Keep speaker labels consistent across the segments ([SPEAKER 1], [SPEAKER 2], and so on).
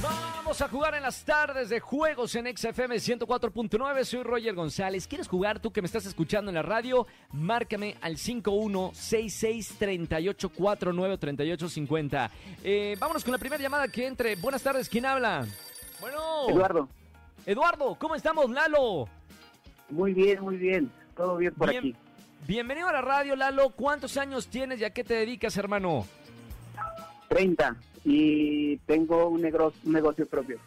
[SPEAKER 1] Vamos a jugar en las tardes de juegos en XFM 104.9. Soy Roger González. ¿Quieres jugar tú que me estás escuchando en la radio? Márcame al 516638493850. Eh, vámonos con la primera llamada que entre. Buenas tardes, ¿quién habla? Bueno,
[SPEAKER 2] Eduardo,
[SPEAKER 1] Eduardo, ¿cómo estamos, Lalo?
[SPEAKER 2] muy bien, muy bien. Todo bien por
[SPEAKER 1] Bien-
[SPEAKER 2] aquí.
[SPEAKER 1] Bienvenido a la radio, Lalo. ¿Cuántos años tienes y a qué te dedicas, hermano?
[SPEAKER 2] 30. Y tengo un negro- un negocio propio.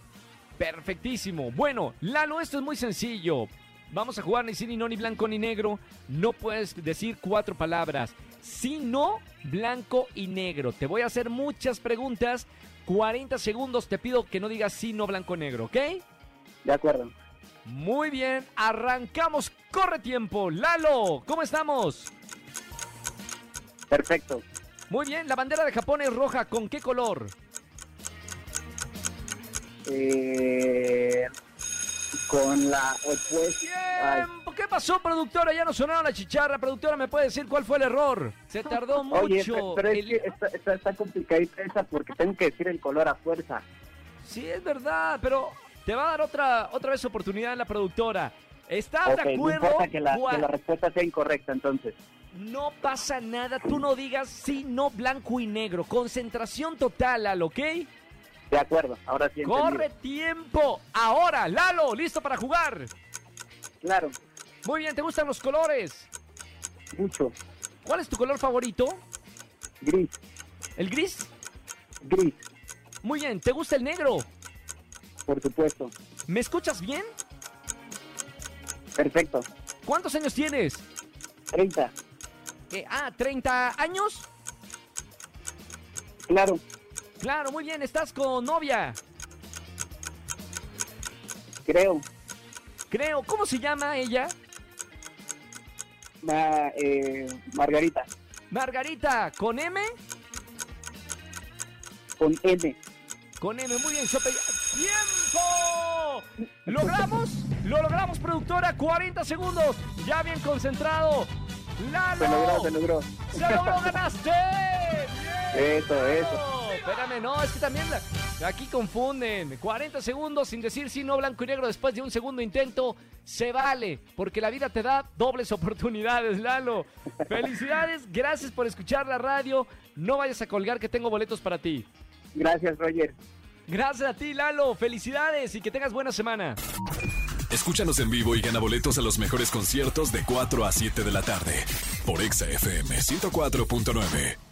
[SPEAKER 1] Perfectísimo. Bueno, Lalo, esto es muy sencillo. Vamos a jugar ni sí, ni no, ni blanco, ni negro. No puedes decir cuatro palabras. Si no, blanco y negro. Te voy a hacer muchas preguntas. 40 segundos te pido que no digas sí, no, blanco, negro, ¿ok?
[SPEAKER 2] De acuerdo.
[SPEAKER 1] Muy bien, arrancamos. Corre tiempo. Lalo, ¿cómo estamos?
[SPEAKER 2] Perfecto.
[SPEAKER 1] Muy bien, la bandera de Japón es roja. ¿Con qué color?
[SPEAKER 2] Eh, con la opuesta. ay,
[SPEAKER 1] Bien. ¿Qué pasó, productora? Ya no sonaron la chicharra. Productora, ¿me puede decir cuál fue el error? Se tardó mucho.
[SPEAKER 2] Oye, pe- pero es
[SPEAKER 1] El-
[SPEAKER 2] que está, está, está complicadita esa porque tengo que decir el color a fuerza.
[SPEAKER 1] Sí, es verdad, pero te va a dar otra, otra vez oportunidad la productora. ¿Estás
[SPEAKER 2] Ok,
[SPEAKER 1] Ah, de
[SPEAKER 2] no
[SPEAKER 1] acuerdo?
[SPEAKER 2] importa que la,
[SPEAKER 1] Gua-
[SPEAKER 2] que la respuesta sea incorrecta entonces.
[SPEAKER 1] No pasa nada, tú no digas sí, no, blanco y negro. Concentración total, Lalo, ¿ok?
[SPEAKER 2] De acuerdo, ahora sí entendido.
[SPEAKER 1] Corre tiempo. Ahora, Lalo, listo para jugar.
[SPEAKER 2] Claro,
[SPEAKER 1] Muy bien, ¿te gustan los colores?
[SPEAKER 2] mucho.
[SPEAKER 1] ¿Cuál es tu color favorito?
[SPEAKER 2] Gris,
[SPEAKER 1] ¿El gris?
[SPEAKER 2] gris,
[SPEAKER 1] Muy bien, ¿te gusta el negro?
[SPEAKER 2] por supuesto.
[SPEAKER 1] ¿Me escuchas bien?
[SPEAKER 2] Perfecto.
[SPEAKER 1] ¿Cuántos años tienes?
[SPEAKER 2] 30,
[SPEAKER 1] Eh, ah, ¿30 años?
[SPEAKER 2] claro,
[SPEAKER 1] Claro, muy bien, estás con novia.
[SPEAKER 2] creo.
[SPEAKER 1] Creo, ¿cómo se llama ella?
[SPEAKER 2] Ma- eh, Margarita,
[SPEAKER 1] Margarita, ¿con M?
[SPEAKER 2] con N.
[SPEAKER 1] Con M, muy bien, su apellido- ¡Tiempo! ¿Logramos? ¿Lo logramos, productora? 40 segundos, ya bien concentrado. ¡Lalo!
[SPEAKER 2] Se logró, se logró.
[SPEAKER 1] ¡Se logró, ganaste! ¡Bien!
[SPEAKER 2] Eso, eso.
[SPEAKER 1] Espérame, no, es que también la- aquí confunden. 40 segundos sin decir sí, no, blanco y negro después de un segundo intento. Se vale, porque la vida te da dobles oportunidades, Lalo. Felicidades, gracias por escuchar la radio. No vayas a colgar que tengo boletos para ti.
[SPEAKER 2] Gracias, Roger.
[SPEAKER 1] Gracias a ti, Lalo. Felicidades y que tengas buena semana.
[SPEAKER 3] Escúchanos en vivo y gana boletos a los mejores conciertos de 4 a 7 de la tarde por Exa FM 104.9.